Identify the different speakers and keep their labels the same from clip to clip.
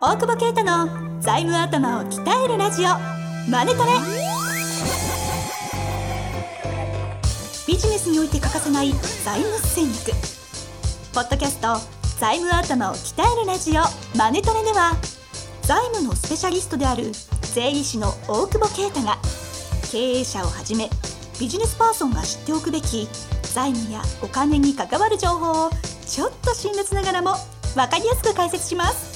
Speaker 1: 大久保啓太の財務頭を鍛えるラジオマネトレビジネスにおいて欠かせない財務戦略ポッドキャスト財務頭を鍛えるラジオマネトレでは財務のスペシャリストである税理士の大久保啓太が経営者をはじめビジネスパーソンが知っておくべき財務やお金に関わる情報をちょっと辛辣ながらも分かりやすく解説します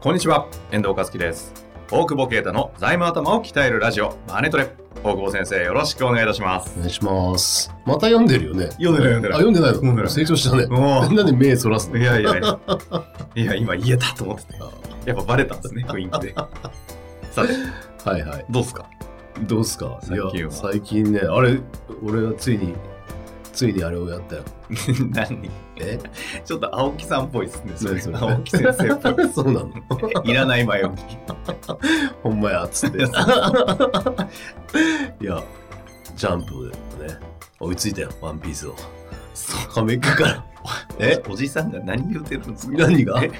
Speaker 2: こんにちは、遠藤和樹です。大久保啓太の財務頭を鍛えるラジオ、マネトレ。大久保先生、よろしくお願いいたします。
Speaker 3: お願いします。また読んでるよね。
Speaker 2: 読んでない読んでない
Speaker 3: あ、読んでない
Speaker 2: 読んでな
Speaker 3: の。
Speaker 2: い
Speaker 3: 成長したね。
Speaker 2: お
Speaker 3: なんで目そらすの
Speaker 2: いやいやいや、いや、今言えたと思ってて
Speaker 3: あ、
Speaker 2: やっぱバレたんですね、雰囲気で。さて、
Speaker 3: はいはい。
Speaker 2: どうっ すか
Speaker 3: どうっすか
Speaker 2: 最近はい
Speaker 3: や最近ね、あれ、俺はついに、ついにあれをやったよ。
Speaker 2: 何
Speaker 3: え
Speaker 2: ちょっと青木さんっぽいですね、それ。
Speaker 3: 何それ
Speaker 2: 青木先生っぽ
Speaker 3: そうなの
Speaker 2: い。いらない前置 き。
Speaker 3: ほんまや、つって。いや、ジャンプね、追いついたよ、ワンピースを。そう、メックから。え
Speaker 2: おじさんが何言ってるんですか
Speaker 3: 何が
Speaker 2: え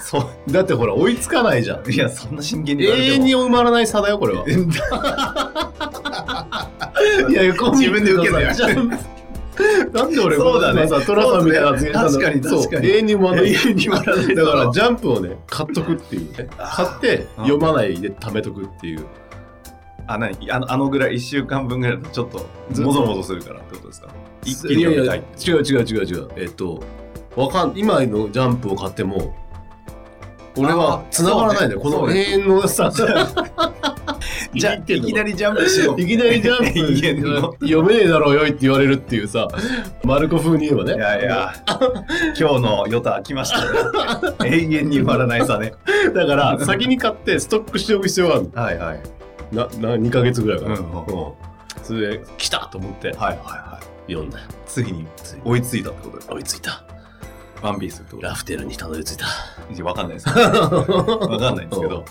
Speaker 2: そ
Speaker 3: だってほら、追いつかないじゃん
Speaker 2: う。。いや、そんな真剣に
Speaker 3: 永
Speaker 2: 言われて
Speaker 3: 遠
Speaker 2: も
Speaker 3: に埋まらない差だよ、これは。いや、こう
Speaker 2: 自分で受けたよ
Speaker 3: ジャンプ なんで俺
Speaker 2: そうだね
Speaker 3: こんなさトラさんみたいな発言したの
Speaker 2: そうだね確かに確かに
Speaker 3: そう永遠に埋まらない。
Speaker 2: 永遠に埋まらない
Speaker 3: だから、ジャンプをね、買っとくっていうね。買って、
Speaker 2: うん
Speaker 3: 読まないで貯めとくっていう。
Speaker 2: あ、何あのあのぐらい、1週間分ぐらいだとちょっと、もぞもぞするからってことですか一気に
Speaker 3: いやい
Speaker 2: 読み
Speaker 3: や
Speaker 2: たい
Speaker 3: 違う違う違う違う。えっと、わかん、今のジャンプを買っても、俺は繋がらないんだよ。
Speaker 2: そ
Speaker 3: こ
Speaker 2: うね
Speaker 3: の永遠の さ、
Speaker 2: じゃあ、い
Speaker 3: い
Speaker 2: きなりジャンプしよう。
Speaker 3: いきなりジャン
Speaker 2: 永遠の
Speaker 3: プ読めねえだろうよいって言われるっていうさ、マルコ風に言えばね。
Speaker 2: いやいや、今日のヨタ来ま したね。永遠に埋まらないさね。
Speaker 3: だから、先に買ってストックしておく必要がある
Speaker 2: はいはい。
Speaker 3: の。な、な、2ヶ月ぐらいかな。
Speaker 2: うんうん
Speaker 3: うんそれで、来たと思って
Speaker 2: はいはいはい。
Speaker 3: 読んだよ。
Speaker 2: ついに
Speaker 3: ついに
Speaker 2: 追いついたってことです。
Speaker 3: 追いついた。
Speaker 2: ワンピースってこと
Speaker 3: ラフテルにたどり着いた。
Speaker 2: いやわかんないです。わかんないですけど。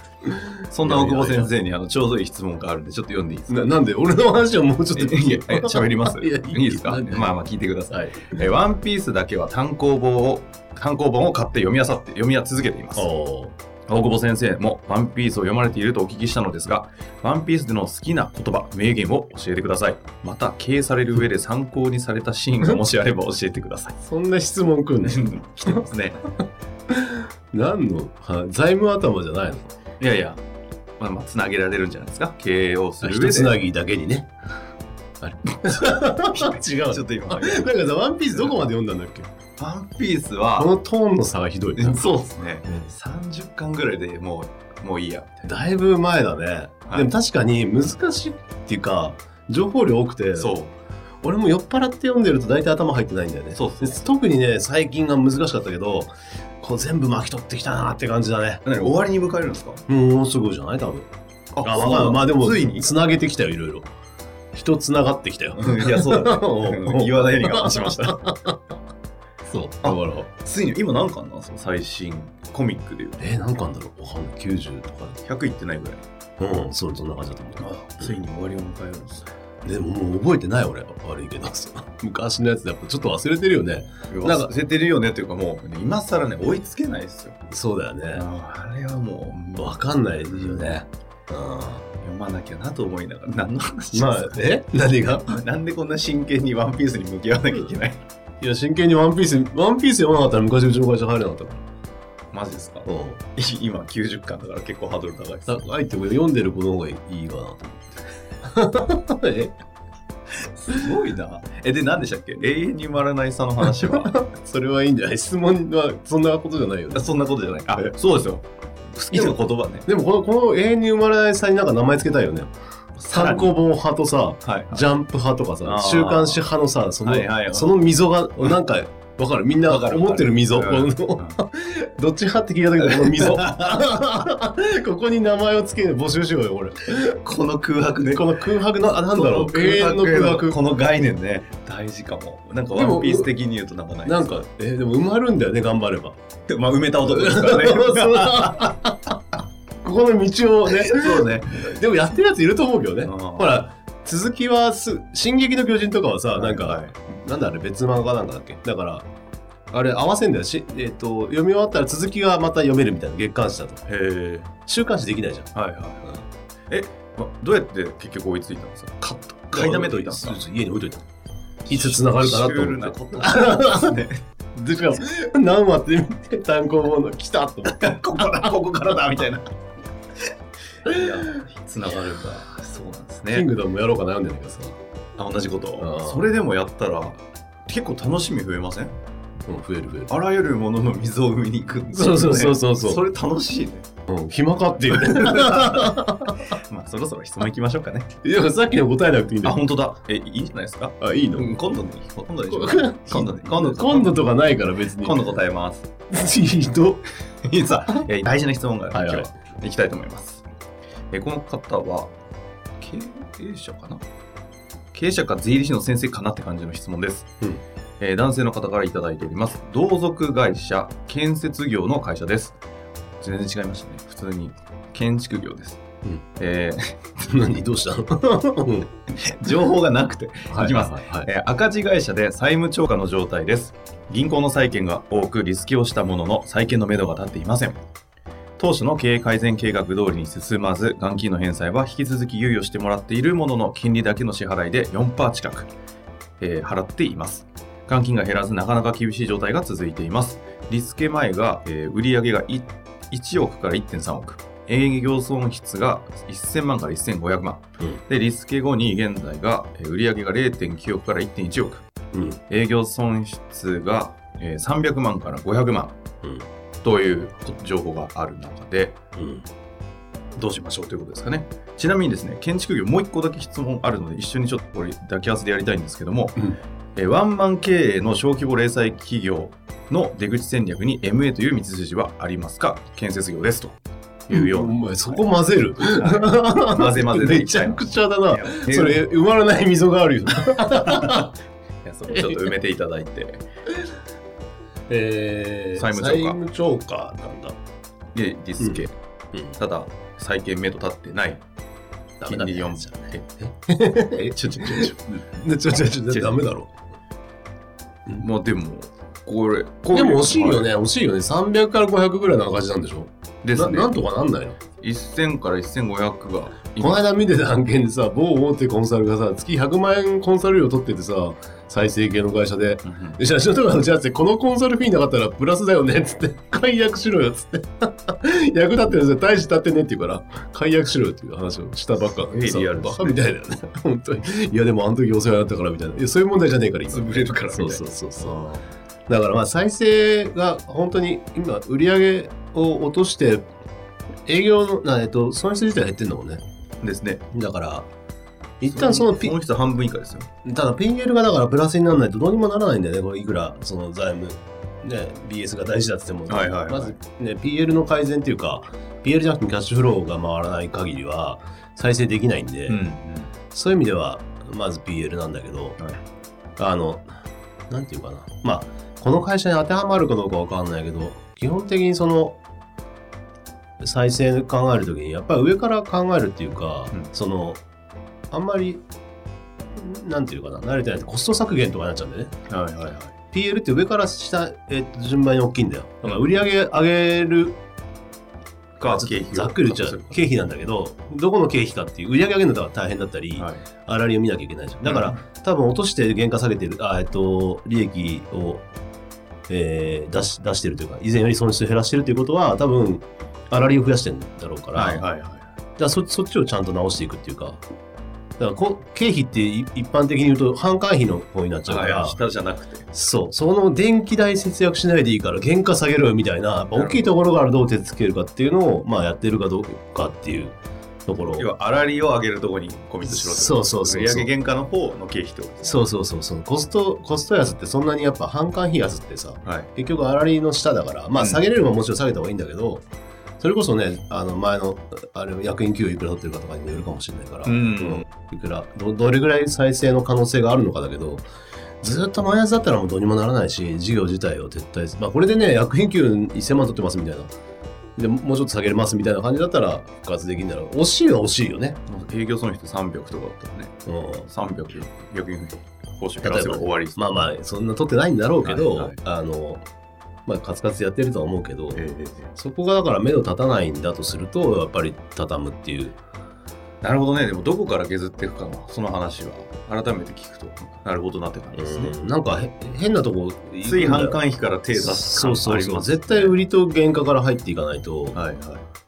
Speaker 2: そんな大久保先生にあのちょうどいい質問があるんで、ちょっと読んでいいですか
Speaker 3: ななんで俺の話をもうちょっと
Speaker 2: えいや え喋ります
Speaker 3: いや
Speaker 2: いいですか
Speaker 3: いいです
Speaker 2: まあまあ聞いてください。
Speaker 3: はい。
Speaker 2: えワンピースだけは単行本を単行本を買って読み漁って読み続けています。
Speaker 3: おー
Speaker 2: 大久保先生もワンピースを読まれているとお聞きしたのですが、ワンピースでの好きな言葉、名言を教えてください。また、経営される上で参考にされたシーンがもしあれば教えてくだ さい。
Speaker 3: そんな質問くんね。
Speaker 2: 来てますね。
Speaker 3: 何のは財務頭じゃないの
Speaker 2: いやいや、まあまあ、つなげられるんじゃないですか。経営をする上で。
Speaker 3: 一つなぎだけにね。あれ違う
Speaker 2: ちょっと今、
Speaker 3: なんかさ、ワンピースどこまで読んだんだっけ
Speaker 2: ワンピース
Speaker 3: こ
Speaker 2: は、
Speaker 3: のトーンの差がひどい。
Speaker 2: そうですね。30巻ぐらいでもう、もういいや。
Speaker 3: だいぶ前だね、
Speaker 2: はい
Speaker 3: でも確かに難しいっていうか情報量多くて
Speaker 2: そ
Speaker 3: 俺も酔っ払って読んでると大体頭入ってないんだよね
Speaker 2: そうそう
Speaker 3: で特にね最近が難しかったけどこう全部巻き取ってきたなって感じだね
Speaker 2: う。終わりに迎えるんですか
Speaker 3: もうすぐじゃない多分あわかんないまあでも
Speaker 2: ついに。
Speaker 3: つなげてきたよいろいろ人つながってきたよ
Speaker 2: いや、そうだ、ね。言わないように我慢しま した。
Speaker 3: そうだから
Speaker 2: ついに今何巻なんですか最新コミックでいう
Speaker 3: えー、何巻だろうわかんない90とか
Speaker 2: 100いってないぐらい
Speaker 3: うんそうそんな感じだと思う
Speaker 2: に終わりを迎えるんです
Speaker 3: でももう覚えてない俺悪いけど 昔のやつだやっぱちょっと忘れてるよね
Speaker 2: よなんか忘れてるよねっていうかもうね今更ね追いつけないですよ
Speaker 3: そうだよね、
Speaker 2: あれはもう
Speaker 3: わかんないですよね。
Speaker 2: 読まなきゃなと思いながら何の話です
Speaker 3: まあ、え 何が
Speaker 2: か なんでこんな真剣にワンピースに向き合わなきゃいけない
Speaker 3: いや、真剣にワンピース、ワンピース読まなかったら昔うちの会社入れなかったか。
Speaker 2: マジですから
Speaker 3: うん。
Speaker 2: い今90巻だから結構ハードル高いです
Speaker 3: 高いってことで読んでる子の方がいいかなと思って。 え
Speaker 2: すごいなえで何でしたっけ永遠に埋まらないさの話は
Speaker 3: それはいいんじゃない質問はそんなことじゃないよね。
Speaker 2: そんなことじゃないあ
Speaker 3: え
Speaker 2: そうですよ好きな言葉ね
Speaker 3: でもこの、この永遠に生まれない差になんか名前つけたいよね。参考本派とさ、
Speaker 2: はい
Speaker 3: ジャンプ派とかさ
Speaker 2: あ、ー
Speaker 3: 週刊誌派のさ、その、
Speaker 2: はいはいはい
Speaker 3: その溝が、なんか、わかるみんな
Speaker 2: わかるわかる
Speaker 3: 思ってる溝。
Speaker 2: うん
Speaker 3: このどっち派って聞いた時のこの溝。 ここに名前をつける募集しようよ、俺。
Speaker 2: この空白ね
Speaker 3: この空白の、あ、なんだろ
Speaker 2: こ
Speaker 3: う、
Speaker 2: の
Speaker 3: 永遠の空白。
Speaker 2: この概念ね大事かもなんかワンピース的に言うとなんかない
Speaker 3: なんか、えーでも埋まるんだよね、頑張 れば。
Speaker 2: まあ埋めた男です からね
Speaker 3: そうここの道をね、
Speaker 2: そうね
Speaker 3: でもやってるやついると思うけどね。
Speaker 2: うん
Speaker 3: ほら、続きはす「進撃の巨人」とかはさなんか、
Speaker 2: はい
Speaker 3: なんだあれ別漫画なんかだっけだからあれ合わせんだよし、えっと読み終わったら続きがまた読めるみたいな月刊誌だと
Speaker 2: へえ
Speaker 3: 週刊誌できないじゃん
Speaker 2: はいはい、えまどうやって結局追いついたんですかカット買いだめといたんですか
Speaker 3: そうそう家に置いといたいつ繋がるかなと
Speaker 2: シュールな
Speaker 3: 思って
Speaker 2: こと
Speaker 3: でしかも何話って見て単行本の来たと思って ここだここからだみたいな、
Speaker 2: いや繋がるんだそうなんです
Speaker 3: キン
Speaker 2: ね
Speaker 3: グダムやろうか悩んでんだけどさ、
Speaker 2: あ同じこ
Speaker 3: う
Speaker 2: と
Speaker 3: ん
Speaker 2: それでもやったら結構楽しみ増えません
Speaker 3: うん、増える増える
Speaker 2: あらゆるものの溝を埋めに行くんです
Speaker 3: そ
Speaker 2: よ
Speaker 3: う
Speaker 2: ね
Speaker 3: そうそうそうそう
Speaker 2: それ楽しいね
Speaker 3: うん、暇かっていう ね
Speaker 2: まあそろそろ質問行きましょうかね
Speaker 3: いやさっきの答えなくていいんだ
Speaker 2: あ
Speaker 3: よ
Speaker 2: 本当だえいいんじゃないですか
Speaker 3: あいいの、
Speaker 2: うん 今度に今度でしょう
Speaker 3: 今
Speaker 2: 今度ね今度
Speaker 3: 今度とかないから別に
Speaker 2: 今度 答えます
Speaker 3: 人
Speaker 2: さあえ大事な質問があ
Speaker 3: はい
Speaker 2: る
Speaker 3: は
Speaker 2: 今
Speaker 3: い
Speaker 2: 日行きたいと思いますえこの方は経営者かな経営者か税理士の先生かなって感じの質問です、
Speaker 3: うん
Speaker 2: えー男性の方からいただいております同族会社建設業の会社です全然違いましたね普通に建築業です、
Speaker 3: うん
Speaker 2: え
Speaker 3: 何どうした の、うん
Speaker 2: ー 情報がなくていきます
Speaker 3: はいはいはい
Speaker 2: えー赤字会社で債務超過の状態です銀行の債券が多くリスキをしたものの債券のめどが立っていません当初の経営改善計画通りに進まず元金の返済は引き続き猶予してもらっているものの金利だけの支払いで4%近く、えー払っています元金が減らずなかなか厳しい状態が続いていますリスケ前が、えー売上がい1億から1.3億営業損失が1000万から1500万で、リスケ後に現在が、えー売上が0.9億から1.1億、
Speaker 3: うん
Speaker 2: 営業損失が、えー300万から500万、
Speaker 3: うん
Speaker 2: という情報がある中で、
Speaker 3: うん
Speaker 2: どうしましょうということですかね。ちなみにですね、建築業、もう一個だけ質問あるので、一緒にちょっとこれ、抱き合わせでやりたいんですけども、
Speaker 3: うん
Speaker 2: えーワンマン経営の小規模零細企業の出口戦略に MA という道筋はありますか建設業ですというよう
Speaker 3: お
Speaker 2: な。
Speaker 3: 前そこ混ぜる、
Speaker 2: 混ぜ混ぜで
Speaker 3: めちゃくちゃだ
Speaker 2: い
Speaker 3: な
Speaker 2: や
Speaker 3: それ埋まらない溝があるよ
Speaker 2: いやそこちょっと埋めていただいて。
Speaker 3: え
Speaker 2: 債務超過
Speaker 3: 超過なんだ
Speaker 2: で、ディスケ。
Speaker 3: うん
Speaker 2: ただ、債券目と立ってない。金利4%。え、 ちょちょちょちょ。
Speaker 3: ねちょちょちょダメだろ
Speaker 2: まあでも、これ、こうい
Speaker 3: で
Speaker 2: う
Speaker 3: も惜しいよ。ね惜しいよね300から500ぐらいの赤字なんでしょ
Speaker 2: ですね
Speaker 3: な。なんとかなんないの
Speaker 2: 1000から1500が。
Speaker 3: この間見てた案件でさ某大手コンサルがさ月100万円コンサル料取っててさ再生系の会社で
Speaker 2: うんうん
Speaker 3: で社長とかのチャンスでこのコンサルフィーなかったらプラスだよねっつって解約しろよっつって役立ってるんですよ大して立ってねって言うから解約しろよっていう話をしたばっかなんでさ
Speaker 2: リアルですね
Speaker 3: バカみたいだよね本当にいやでもあの時お世話になったからみたいないやそういう問題じゃねえから今
Speaker 2: 潰れるからみた
Speaker 3: そ
Speaker 2: いうな
Speaker 3: そうそうそうだからまあ再生が本当に今売り上げを落として営業のなえっと損失自体減ってんだもんね
Speaker 2: ですね。
Speaker 3: だから一旦そのピ
Speaker 2: 損失半分以下ですよ。
Speaker 3: ただ PL がだからプラスにならないとどうにもならないんだよね、これいくらその財務、ね、BS が大事だって言っても、
Speaker 2: はいはいはい
Speaker 3: まず、ね、PL の改善っていうか、PL じゃなくてキャッシュフローが回らない限りは再生できないんで、
Speaker 2: うんうん。
Speaker 3: そういう意味ではまず PL なんだけど、
Speaker 2: はい
Speaker 3: あの、なんていうかな、まあ、この会社に当てはまるかどうかわかんないけど、基本的にその、再生考えるときに、やっぱり上から考えるっていうか、
Speaker 2: うん
Speaker 3: その、あんまり、なんていうかな、慣れてないとコスト削減とかになっちゃうんだよね。
Speaker 2: はいはいは
Speaker 3: PL って上から下、えっと順番に大きいんだよ。だから売り上げ上げる、
Speaker 2: い。か、経費を
Speaker 3: ざっくり言っちゃう経費なんだけど、どこの経費かっていう、売り上げ上げるのが大変だったり、
Speaker 2: はい。
Speaker 3: 粗利を見なきゃいけないじゃん。だから、多分落として原価下げてる、あえっと、利益を、えー出し出してるというか、以前より損失を減らしてるということは、多分粗利を増やしてるんだろうから、
Speaker 2: はい
Speaker 3: だか
Speaker 2: はいは
Speaker 3: らそそっちをちゃんと直していくっていうか、だからこ経費ってい一般的に言うと、販管費の方になっちゃうか
Speaker 2: い。
Speaker 3: ら、
Speaker 2: はい、下じゃなくて。
Speaker 3: そう、その電気代節約しないでいいから、原価下げろよみたいな、やっぱ大きいところからどう手つけるかっていうのを、まあ、やってるかどうかっていうところ。
Speaker 2: 要は、粗利を上げるところにコミットしろと
Speaker 3: そうそうそうそう
Speaker 2: 売上原価の方の経費ってことです
Speaker 3: そうそうそうそうコストコスト安ってそんなにやっぱ販管費安ってさ
Speaker 2: ね。はい。
Speaker 3: 結局粗利の下だからま
Speaker 2: う
Speaker 3: あ
Speaker 2: ん
Speaker 3: 下げれるのはもちろん下げた方がいいんだけど、それこそねあの前のあれ役員給与いくら取ってるかとかにもよるかもしれないから、
Speaker 2: うん
Speaker 3: いくらどどれぐらい再生の可能性があるのかだけどずっとマイナスだったらもうどうにもならないし事業自体を撤退すまあこれでね役員給与1000万取ってますみたいなでもうちょっと下げれますみたいな感じだったら復活できるんだろう惜しいは惜しいよね、
Speaker 2: 営業損失300とかだったらね、
Speaker 3: うん、
Speaker 2: 300、逆に報酬減らせば終わりです
Speaker 3: まあまあそんな取ってないんだろうけど、
Speaker 2: はいはい
Speaker 3: あのまあカツカツやってるとは思うけど、
Speaker 2: ええ
Speaker 3: そこがだから目の立たないんだとするとやっぱり畳むっていう
Speaker 2: なるほどね、でもどこから削っていくかの、その話は、改めて聞くと、なるほどなって感じですね。
Speaker 3: うんなんかへ変なとこ
Speaker 2: つい販
Speaker 3: 感
Speaker 2: 管費から手出す
Speaker 3: そ
Speaker 2: 感
Speaker 3: うそうそう、
Speaker 2: ありますね
Speaker 3: 絶対売りと原価から入っていかないと、
Speaker 2: はいはい。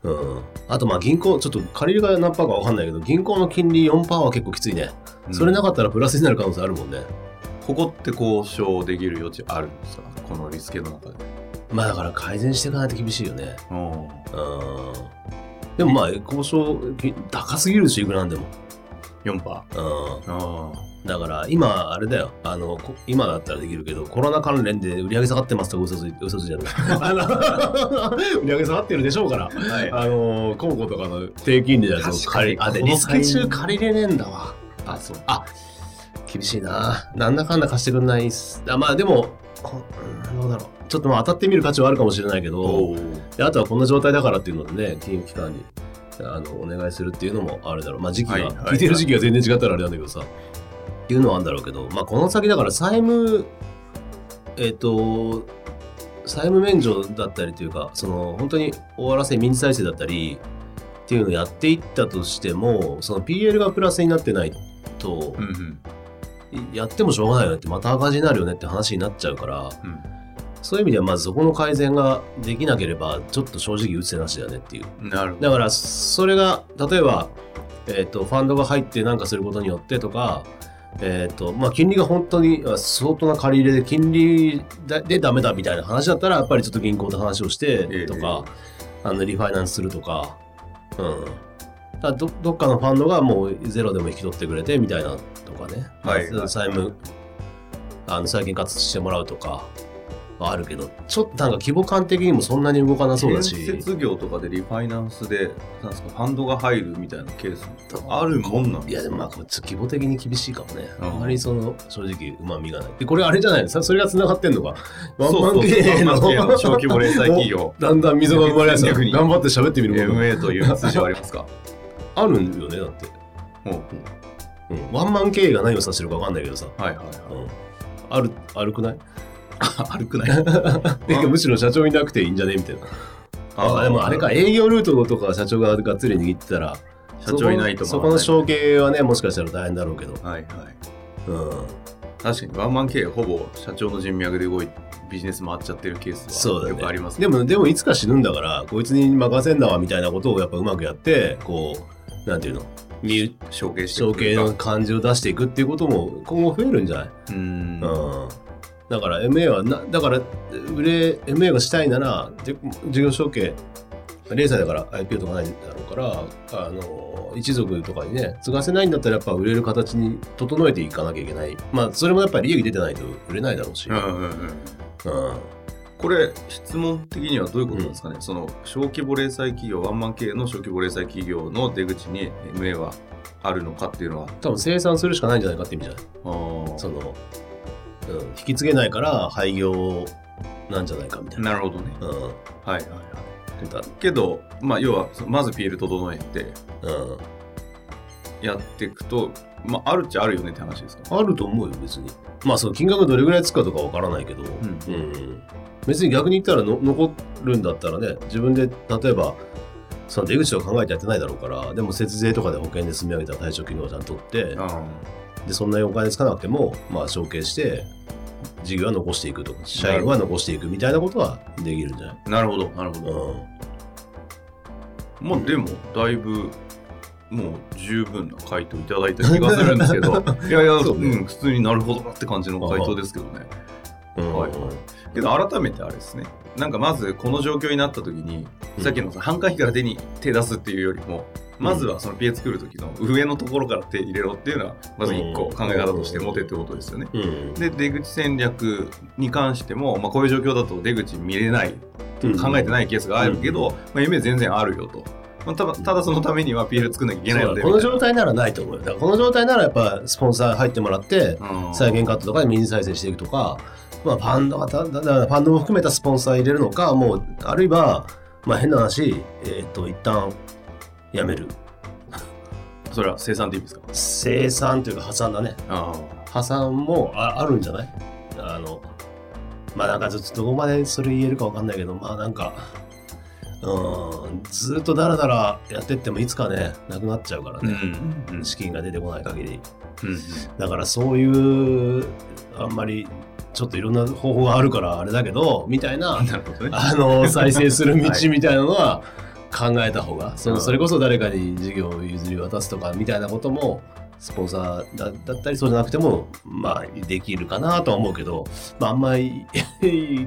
Speaker 3: うん、あとまあ銀行ちょっと借りるが何パーか分かんないけど銀行の金利4%は結構きついね、それな
Speaker 2: か、
Speaker 3: かったらプラスになる可能性あるもんね
Speaker 2: ここって交渉できる余地あるんですかこのリスケの中で。
Speaker 3: まあだから改善していかないと厳しいよね
Speaker 2: うん。
Speaker 3: うんでもまあ交渉き高すぎるしいくらなんでも
Speaker 2: 4%。あ
Speaker 3: うん
Speaker 2: あ。
Speaker 3: だから今あれだよあのこ今だったらできるけどコロナ関連で売り上げ下がってますとか嘘つい嘘ついてる 売り上げ下がってるでしょうから
Speaker 2: はい。
Speaker 3: あの高校とかの低金利だと
Speaker 2: 確かに
Speaker 3: 借りあで
Speaker 2: この
Speaker 3: リスケ
Speaker 2: 際
Speaker 3: 中借りれねえんだわ
Speaker 2: あ、そう。
Speaker 3: 厳しいななんだかんだ貸してくんないっすあまあでもこうんどうだろうちょっとまあ当たってみる価値はあるかもしれないけど
Speaker 2: おー
Speaker 3: であとはこんな状態だからっていうのでね金融機関にあのお願いするっていうのもあるだろうまあ時期が、
Speaker 2: はいはいはい
Speaker 3: 聞いてる時期が全然違ったらあれなんだけどさっていうのはあるんだろうけどまあこの先だから債務えっ、と債務免除だったりというかその本当に終わらせ民事再生だったりっていうのをやっていったとしてもその PL がプラスになってないと、
Speaker 2: うんうん。
Speaker 3: やってもしょうがないよねってまた赤字になるよねって話になっちゃうから
Speaker 2: うん
Speaker 3: そういう意味ではまずそこの改善ができなければちょっと正直打つ手なしだよねっていう
Speaker 2: なるほど。
Speaker 3: だからそれが例えば、えー、とファンドが入ってなんかすることによってとか、えーとまあ、金利が本当にあ相当な借り入れで金利だでダメだみたいな話だったらやっぱりちょっと銀行と話をしてとか、あのリファイナンスするとか,、うん、だからどどっかのファンドがもうゼロでも引き取ってくれてみたいなとかね、
Speaker 2: はい
Speaker 3: まあ債務あの債権活してもらうとか。はあるけどちょっとなんか規模感的にもそんなに動かなそうだし
Speaker 2: 建設業とかでリファイナンスで、なんですか、ファンドが入るみたいなケースもあるもんなん
Speaker 3: いやでもまあこっち規模的に厳しいかもね。
Speaker 2: うん
Speaker 3: あんまりその正直うまみがない。でこれあれじゃないのさそれが繋がってんのか。ワン
Speaker 2: そう
Speaker 3: マ
Speaker 2: そ
Speaker 3: ン
Speaker 2: う
Speaker 3: 経
Speaker 2: ワ
Speaker 3: 営
Speaker 2: ンマン経営の小規模
Speaker 3: の。
Speaker 2: 零細企業
Speaker 3: だんだん溝が生まれやすい。
Speaker 2: 逆に
Speaker 3: 頑張って喋ってみるもの
Speaker 2: MA という数字はありますか
Speaker 3: あるんよねだって、
Speaker 2: も
Speaker 3: うん。ワンマン経営が何を指してるかわかんないけどさ。
Speaker 2: うはいはい
Speaker 3: うん
Speaker 2: は
Speaker 3: あるある くない
Speaker 2: い歩く ない
Speaker 3: てかむしろ社長いなくていいんじゃねみたいな。あでもあれか営業ルートとか社長ががっつり握ってたら
Speaker 2: 社長いないと
Speaker 3: そこ
Speaker 2: 回ら
Speaker 3: の
Speaker 2: ない
Speaker 3: そこの承継はねもしかしたら大変だろうけど。
Speaker 2: はいはい
Speaker 3: うん
Speaker 2: 確かにワンマン経営ほぼ社長の人脈で動いてビジネス回っちゃってるケース
Speaker 3: そう
Speaker 2: は
Speaker 3: だ
Speaker 2: よ
Speaker 3: ね
Speaker 2: くあります
Speaker 3: でもでもいつか死ぬんだからこいつに任せんだわみたいなことをやっぱうまくやってこうなんていうの身
Speaker 2: 承継して
Speaker 3: 承
Speaker 2: くれ
Speaker 3: 継
Speaker 2: る
Speaker 3: の
Speaker 2: か
Speaker 3: 感じを出していくっていうことも今後増えるんじゃない、
Speaker 2: うん
Speaker 3: うんだから MA はなだから売れ MA がしたいならで事業承継0歳だから IPO とかないんだろうからあの一族とかにね継がせないんだったらやっぱ売れる形に整えていかなきゃいけないまあそれもやっぱり利益出てないと売れないだろうし、
Speaker 2: うんうんうん
Speaker 3: うん
Speaker 2: これ質問的にはどういうことなんですかね、その小規模零細企業ワンマン経営の小規模零細企業の出口に MA はあるのかっていうのは
Speaker 3: 多分生産するしかないんじゃないかって意味じゃない
Speaker 2: あー
Speaker 3: その、うん、引き継げないから廃業なんじゃないかみたいな。
Speaker 2: なるほどね
Speaker 3: うん、
Speaker 2: はいはいはい
Speaker 3: だ
Speaker 2: けど、まあ、要はそのまずピール整えて
Speaker 3: うん、
Speaker 2: やっていくと、まあ、あるっちゃあるよねって話ですか、
Speaker 3: あると思うよ別にまあその金額がどれぐらいつくかとかわからないけど、
Speaker 2: うん
Speaker 3: うん別に逆に言ったらの残るんだったらね自分で例えばその出口を考えてやってないだろうからでも節税とかで保険で積み上げた退職金とかちゃんと取ってでそんなにお金つかなくてもまあ承継して事業は残していくとか社員は残していくみたいなことはできるんじゃない、
Speaker 2: うんなるほどなるほど、
Speaker 3: うん
Speaker 2: まあでもだいぶもう十分な回答いただいた気がするんですけ どいやいや
Speaker 3: そうね
Speaker 2: うん、普通になるほどなって感じの回答ですけどね
Speaker 3: うん
Speaker 2: はいけど改めてあれですねなんかまずこの状況になった時に、
Speaker 3: うん
Speaker 2: さっきのさ半回避から手に手出すっていうよりもまずはその PA 作る時の上のところから手入れろっていうのはまず1個
Speaker 3: うん
Speaker 2: 考え方として持てってことですよね。
Speaker 3: うん
Speaker 2: で出口戦略に関しても、まあ、こういう状況だと出口見れない考えて
Speaker 3: い
Speaker 2: ないケースがあるけど、まあ、夢全然あるよと、まあ、ただただそのためには PL 作んなきゃいけないので
Speaker 3: この
Speaker 2: みたい
Speaker 3: 状態ならないと思うよだからこの状態ならやっぱスポンサー入ってもらって
Speaker 2: なうん
Speaker 3: 再現カットとかで民事再生していくとか、まあ、ファンドがただだからファンドも含めたスポンサー入れるのかもうあるいはまあ変な話、えーっと、一旦やめる。
Speaker 2: それは生産でいいですか
Speaker 3: 生産というか破産だね。
Speaker 2: あ
Speaker 3: 破産もああるんじゃないあの、まあなんかずっとどこまでそれ言えるかわかんないけど、まあなんか、うーん、ずっとだらだらやってってもいつかね、なくなっちゃうから
Speaker 2: うん
Speaker 3: ね。
Speaker 2: うんうん
Speaker 3: 資金が出てこない限り。
Speaker 2: うん
Speaker 3: だからそういう、あんまり、ちょっといろんな方法があるからあれだけど、みたいな
Speaker 2: あ、なるほどね。
Speaker 3: あの再生する
Speaker 2: はい
Speaker 3: 道みたいなのは考えた方が、そ
Speaker 2: うん
Speaker 3: のそれこそ誰かに事業を譲り渡すとかみたいなこともスポンサーだだったりそうじゃなくてもまあできるかなとは思うけど、まあ、あんまり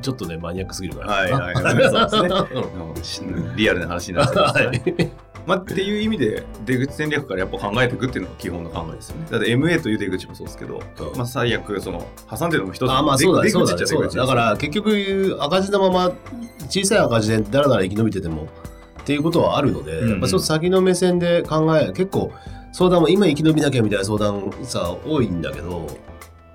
Speaker 3: ちょっとねマニアックすぎるから。
Speaker 2: はいはいはい そうですね。うんリアルな話になってますね。まあ、っていう意味で出口戦略からやっぱ考えていくっていうのが基本の考えですよね。だって MA という出口もそうですけど、まあ、最悪その挟んでるのも一つ
Speaker 3: あまあそうだ
Speaker 2: 出
Speaker 3: ね
Speaker 2: 出口
Speaker 3: そ
Speaker 2: っち
Speaker 3: うだ
Speaker 2: ゃ
Speaker 3: ね
Speaker 2: 出
Speaker 3: そ
Speaker 2: 口で
Speaker 3: うだね
Speaker 2: す
Speaker 3: だから結局赤字のまま小さい赤字でだらだら生き延びててもっていうことはあるので、
Speaker 2: うん
Speaker 3: やっぱちょっと先の目線で考え結構相談も今生き延びなきゃみたいな相談さ多いんだけど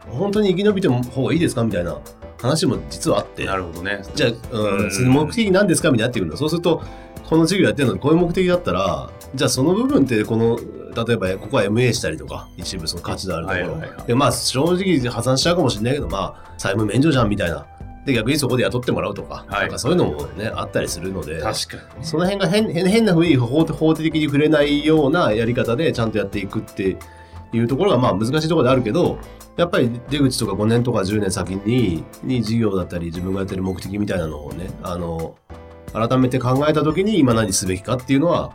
Speaker 3: 本当に生き延びても方がいいですかみたいな話も実はあって
Speaker 2: なるほどね。
Speaker 3: じゃあ、
Speaker 2: う
Speaker 3: うんん、その目的何ですかみたいになってくるのそうするとこの授業やってるのこういう目的だったらじゃあその部分ってこの例えばここは MA したりとか一部その価値のあるところ、
Speaker 2: はいはいはい
Speaker 3: でまあ正直破産しちゃうかもしれないけどまあ債務免除じゃんみたいなで逆にそこで雇ってもらうとか,、
Speaker 2: はい
Speaker 3: なんかそういうのもねあったりするので
Speaker 2: 確かに。
Speaker 3: その辺が変変変なふうに法法的に触れないようなやり方でちゃんとやっていくっていうところがまあ難しいところであるけどやっぱり出口とか5年とか10年先にに事業だったり自分がやってる目的みたいなのをねあの改めて考えた時に今何すべきかっていうのは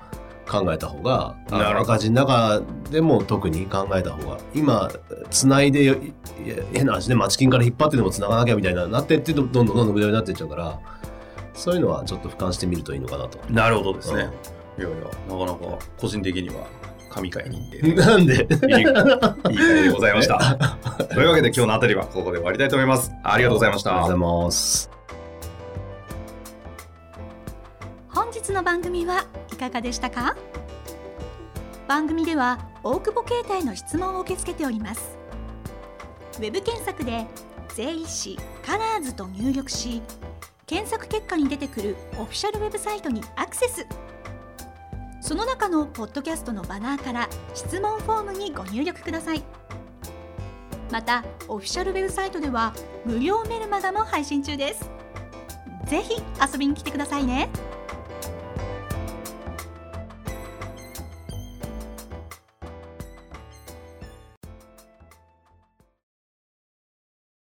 Speaker 3: 考えた方があの
Speaker 2: なるほど
Speaker 3: 赤字の中でも特に考えた方が今つないでいや変な話ね町金から引っ張ってでもつながなきゃみたいななってってどんどんどんどん無駄になっていっちゃうからそういうのはちょっと俯瞰してみるといいのかなと。
Speaker 2: なるほどですね。いやいや、なかなか個人的には神回 に行って、
Speaker 3: うん
Speaker 2: いい
Speaker 3: なんで
Speaker 2: いい回でございました。というわけで今日のあたりはここで終わりたいと思います。ありがとうございまし
Speaker 3: ありが
Speaker 2: た
Speaker 3: とう。ございます。
Speaker 1: 本日の番組はいかがでしたか番組では大久保携帯の質問を受け付けておりますウェブ検索で「税理士カラーズと入力し検索結果に出てくるオフィシャルウェブサイトにアクセスその中のポッドキャストのバナーから質問フォームにご入力くださいまたオフィシャルウェブサイトでは無料メルマガも配信中ですぜひ遊びに来てくださいね